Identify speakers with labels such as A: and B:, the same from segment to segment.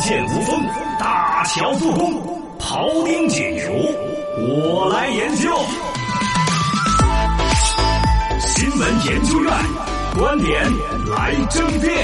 A: 剑无锋，大桥复工，庖丁解牛，我来研究。新闻研究院观点来争辩。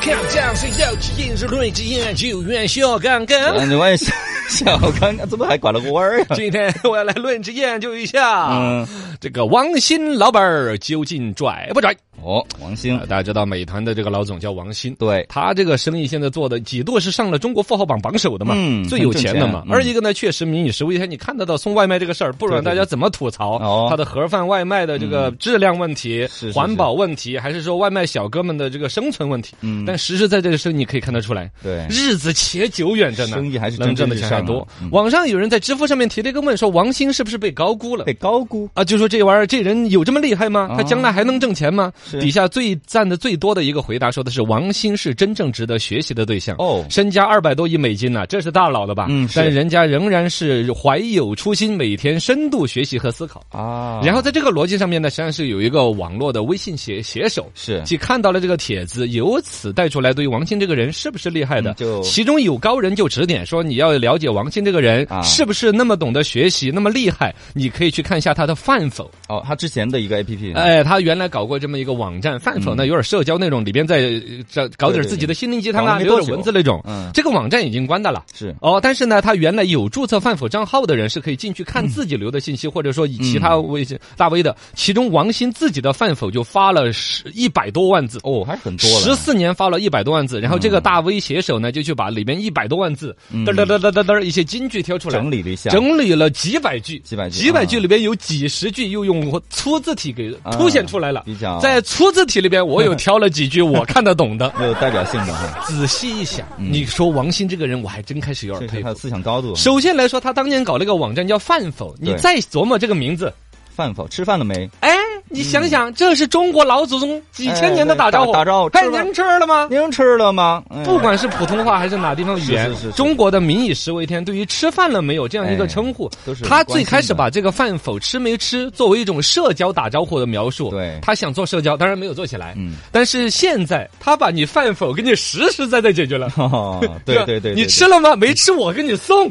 B: 看将睡觉之前是论之研究院小刚刚。
C: 嗯，我也 想想，我刚刚怎么还拐了个弯儿呀？
B: 今天我要来论之研究一下，
C: 嗯
B: 这个王鑫老板儿究竟拽不拽？
C: 哦，王兴
B: 呃，大家知道美团的这个老总叫王鑫，
C: 对
B: 他这个生意现在做的几度是上了中国富豪榜榜首的嘛，
C: 嗯
B: 最有钱的嘛
C: 很挣。钱嗯
B: 二一个呢，确实民以食为天，你看得到送外卖这个事儿，不然大家怎么吐槽
C: 对对对哦嗯
B: 他的盒饭外卖的这个质量问题、
C: 是是
B: 环保问题，还是说外卖小哥们的这个生存问题？
C: 嗯
B: 但实实在在的生意可以看得出来，
C: 对
B: 日子且久远着呢，
C: 生意还是
B: 能挣
C: 蒸蒸
B: 的
C: 日
B: 钱还
C: 上啊
B: 多。
C: 嗯
B: 网上有人在知乎上面提了一个问，说王兴是不是被高估了？
C: 被高估，
B: 啊，就说这玩意儿，这人有这么厉害吗？他将来还能挣钱吗？
C: 啊是
B: 底下最赞的最多的一个回答说的是王兴是真正值得学习的对象
C: 哦
B: 身家二百多亿美金呢、这是大佬了吧？
C: 嗯是
B: 但人家仍然是怀有初心，每天深度学习和思考。
C: 啊
B: 然后在这个逻辑上面呢，实际上是有一个网络的微信写写手，
C: 是
B: 既看到了这个帖子，由此带出来对于王兴这个人是不是厉害的，
C: 嗯就
B: 其中有高人就指点说，你要了解王兴这个人、
C: 啊
B: 是不是那么懂得学习，那么厉害，你可以去看一下他的饭否。
C: 哦，他之前的一个 A P P，
B: 哎，他原来搞过这么一个网站，饭否呢有点社交那种，里边在呃这搞点
C: 嗯对对
B: 自己的心灵鸡汤啊，
C: 搞了没
B: 留
C: 多
B: 点
C: 久
B: 文字那种。
C: 嗯
B: 这个网站已经关掉了。
C: 是
B: 哦，但是呢，他原来有注册饭否账号的人是可以进去
C: 嗯
B: 看自己留的信息，或者说以其他微信大 V 的，其中王鑫自己的饭否就发了十一百多万字。
C: 哦，还是很多
B: 十
C: 了，
B: 四年发了一百多万字，然后这个大 V 写手呢就去把里面一百多万字，嘚嘚嘚嘚嘚嘚一些金句挑出来，
C: 嗯整理了一下，
B: 整理了几百句，
C: 几百句
B: 几百句
C: 啊
B: 里边有几十句又用粗字体给凸显出来了。
C: 比较
B: 在粗字体里边， 我有挑了几句我看得懂的。
C: 有代表性的哈，
B: 仔细一想，
C: 嗯
B: 你说王鑫这个人，我还真开始有
C: 这
B: 点
C: 是
B: 佩
C: 他的
B: 服。
C: 思想高度。
B: 首先来说，他当年搞了个网站叫饭否，你
C: 对
B: 再琢磨这个名字，
C: 饭否？吃饭了没？
B: 哎，你想想，这是中国老祖宗几千年的
C: 嗯哎对
B: 打招呼，
C: 打打招呼
B: 哎，
C: 吃吧
B: 您吃了吗？
C: 您吃了吗？哎
B: 不管是普通话还是哪地方语言
C: 是是是，是
B: 中国的“民以食为天”对于吃饭了没有这样一个
C: 哎
B: 称呼
C: 都，是
B: 他
C: 关
B: 最
C: 心
B: 开始
C: 的
B: 把这个饭否吃没吃作为一种社交打招呼的描述，
C: 对
B: 他想做社交，当然没有做起来，
C: 嗯
B: 但是现在他把你饭否给你实实在在解决了。
C: 哦， 对
B: 是吧
C: 对对，对
B: 你吃了吗？没吃，我给你送，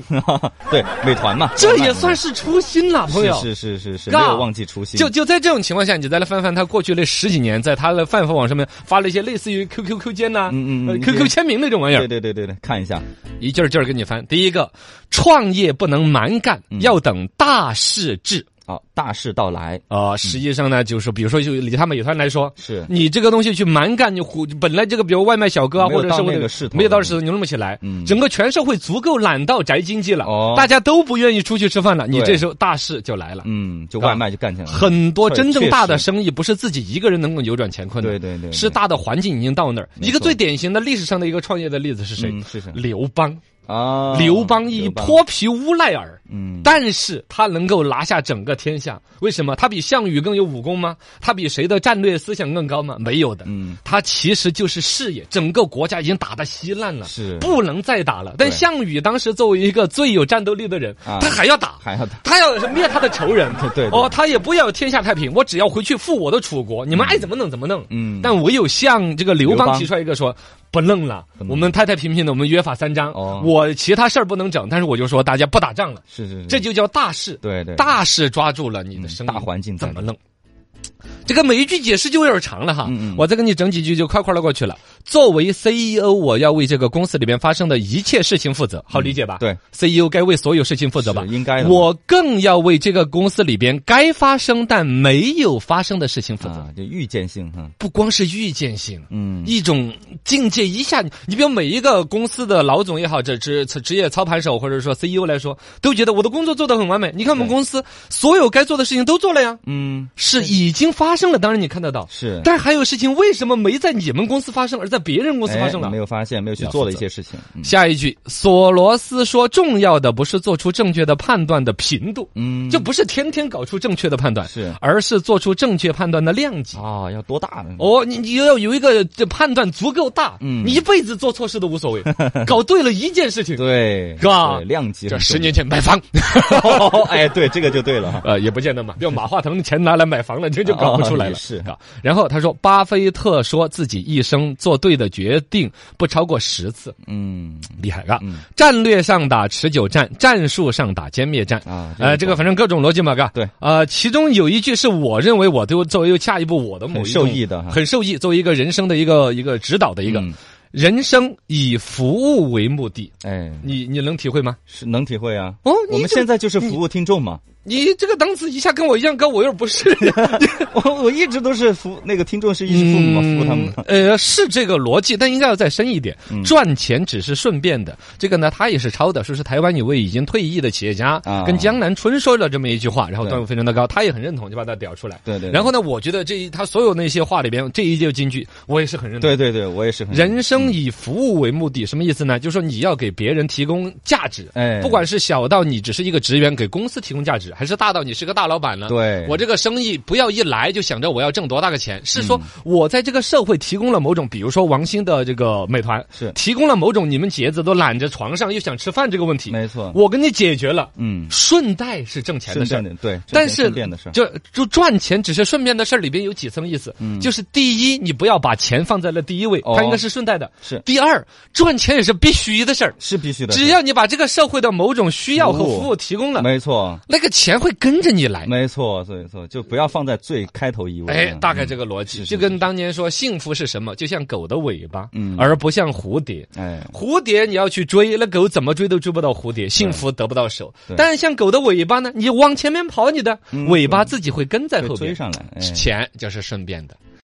C: 对美团嘛，
B: 这也算是初心了，朋友。
C: 是是是是是，
B: 嘎
C: 没有忘记初心，
B: 就就在这种情况下，你再来翻翻他过去那十几年，在他的饭否网上面发了一些类似于 QQ 空间呐、
C: 嗯嗯嗯
B: 呃
C: 一些
B: QQ 签名那种玩意儿
C: 对，对对对对，看一下，
B: 一劲儿劲儿跟你翻。第一个，创业不能蛮干，
C: 嗯
B: 要等大势至。
C: 哦，大势到来
B: 啊、实际上呢，就是比如说，就以他美团来说，
C: 嗯是
B: 你这个东西去蛮干，你虎本来这个比如外卖小哥啊，
C: 没有
B: 或者是
C: 到那
B: 我的
C: 个势头
B: 没有到势头，你弄不起来。
C: 嗯
B: 整个全社会足够懒到宅经济了，
C: 哦
B: 大家都不愿意出去吃饭了，你
C: 对
B: 这时候大势就来了。
C: 嗯，就外
B: 啊
C: 卖就干起来了，
B: 很多真正
C: 确
B: 大的
C: 实
B: 生意不是自己一个人能够扭转乾坤的，
C: 对对对对
B: 是大的环境已经到那儿。一个
C: 错
B: 最典型的历史上的一个创业的例子是谁？
C: 嗯是谁
B: 刘邦。
C: 啊，
B: 刘邦一
C: 刘邦
B: 泼皮无赖耳，
C: 嗯，
B: 但是他能够拿下整个天下，为什么？他比项羽更有武功吗？他比谁的战略思想更高吗？没有的，
C: 嗯
B: 他其实就是事业，整个国家已经打得稀烂了，
C: 是
B: 不能再打了。但
C: 对
B: 项羽当时作为一个最有战斗力的人，
C: 啊
B: 他还要打，
C: 还要打
B: 他要灭他的仇人，
C: 对对
B: 哦，他也不要天下太平，我只要回去复我的楚国，你们爱怎么弄怎么弄，
C: 嗯
B: 但唯有像这个刘
C: 刘
B: 邦
C: 邦
B: 提出来一个说。不弄了，
C: 弄
B: 我们太太平平的，我们约法三章。
C: 哦
B: 我其他事儿不能整，但是我就说大家不打仗了，
C: 是是是，
B: 这就叫大势。
C: 对啊对
B: 大势抓住了你的
C: 嗯
B: 生意，
C: 大环境在
B: 怎么弄？这个每一句解释就有点长了哈，
C: 嗯嗯
B: 我再给你整几句就快快的过去了。作为 CEO，我要为这个公司里面发生的一切事情负责，好理解吧？
C: 嗯对
B: ，CEO 该为所有事情负责吧？
C: 是应该的嘛
B: 我更要为这个公司里边该发生但没有发生的事情负责，
C: 啊，就预见性哈，
B: 不光是预见性，
C: 嗯
B: 一种境界一下，你比如每一个公司的老总也好，这职职业操盘手或者说 CEO 来说，都觉得我的工作做得很完美。你看我们
C: 对
B: 公司所有该做的事情都做了呀，
C: 嗯
B: 是已经发生了，当然你看得到，
C: 是，
B: 但是还有事情为什么没在你们公司发生，而在别人公司发
C: 哎
B: 生了
C: 没？有发现，没有去做的一些事情，嗯
B: 下一句，索罗斯说，重要的不是做出正确的判断的频度，
C: 嗯
B: 就不是天天搞出正确的判断，
C: 是
B: 而是做出正确判断的量级。
C: 啊，要多大呢？
B: 哦，你你要有一个这判断足够大，
C: 嗯
B: 你一辈子做错事都无 所谓，搞对了一件事情，
C: 对，
B: 嘎
C: 对量级
B: 这
C: 很
B: 十
C: 重要，
B: 年前买房，
C: 哎，对，这个就对了哈，
B: 呃，也不见得嘛，就马化腾的钱拿来买房了，这就搞不出来了。
C: 啊哦也是
B: 啊。然后他说，巴菲特说自己一生做对。对的决定不超过十次，
C: 嗯
B: 厉害嘎
C: 嗯！
B: 战略上打持久战，战术上打歼灭战。
C: 啊，
B: 呃，这个反正各种逻辑嘛，嘎。
C: 对。
B: 呃，其中有一句是我认为我对我作为下一步我的某一
C: 很
B: 种
C: 受益的哈
B: 很受益，作为一个人生的一个一个指导的一个
C: 嗯
B: 人生以服务为目的，
C: 哎
B: 你你能体会吗？
C: 是能体会啊。
B: 哦
C: 我们现在就是服务听众嘛，
B: 你这个档次一下跟我一样高，我又不是。
C: 我我一直都是服那个听众是衣食父母嘛，服务他们嘛。嗯
B: 嗯呃，是这个逻辑，但应该要再深一点。赚钱只是顺便的，这个呢，他也是抄的，说是台湾有位已经退役的企业家、
C: 啊
B: 跟江南春说了这么一句话，然后
C: 对
B: 段位非常的高，他也很认同，就把他屌出来。
C: 对对对
B: 然后呢，我觉得这一他所有那些话里边，这一句金句，我也是很认同。
C: 对对对，我也是很
B: 人生以服务为目的，什么意思呢？就是说你要给别人提供价值，
C: 哎
B: 不管是小到你只是一个职员给公司提供价值，还是大到你是个大老板呢？
C: 对
B: 我这个生意不要一来就想着我要挣多大个钱，是说
C: 嗯
B: 我在这个社会提供了某种，比如说王兴的这个美团
C: 是
B: 提供了某种你们杰子都懒着床上又想吃饭这个问题，
C: 没错
B: 我给你解决了，
C: 嗯，
B: 顺带是挣钱的事儿
C: 顺便。的对，
B: 但
C: 这
B: 是
C: 顺便的事儿
B: 就就赚钱只是顺便的事儿，里边有几层意思。就是第一，你不要把钱放在了第一位，
C: 嗯哦
B: 它应该是顺带的。
C: 是
B: 第二，赚钱也是必须的事儿，
C: 是必须的事儿，
B: 只要你把这个社会的某种需要和
C: 服务
B: 服务提供了，
C: 没错
B: 那个钱会跟着你来。
C: 没错，所以说就不要放在最开头一位。
B: 哎，
C: 嗯
B: 大概这个逻辑，
C: 是是
B: 就跟当年说幸福是什么，就像狗的尾巴，
C: 嗯
B: 而不像蝴蝶。
C: 哎，
B: 蝴蝶你要去追，那狗怎么追都追不到蝴蝶，幸福得不到手。
C: 对
B: 但是像狗的尾巴呢，你往前面跑，你的
C: 嗯
B: 尾巴自己会跟在
C: 被
B: 后
C: 追
B: 边。
C: 上来，哎。
B: 钱就是顺便的。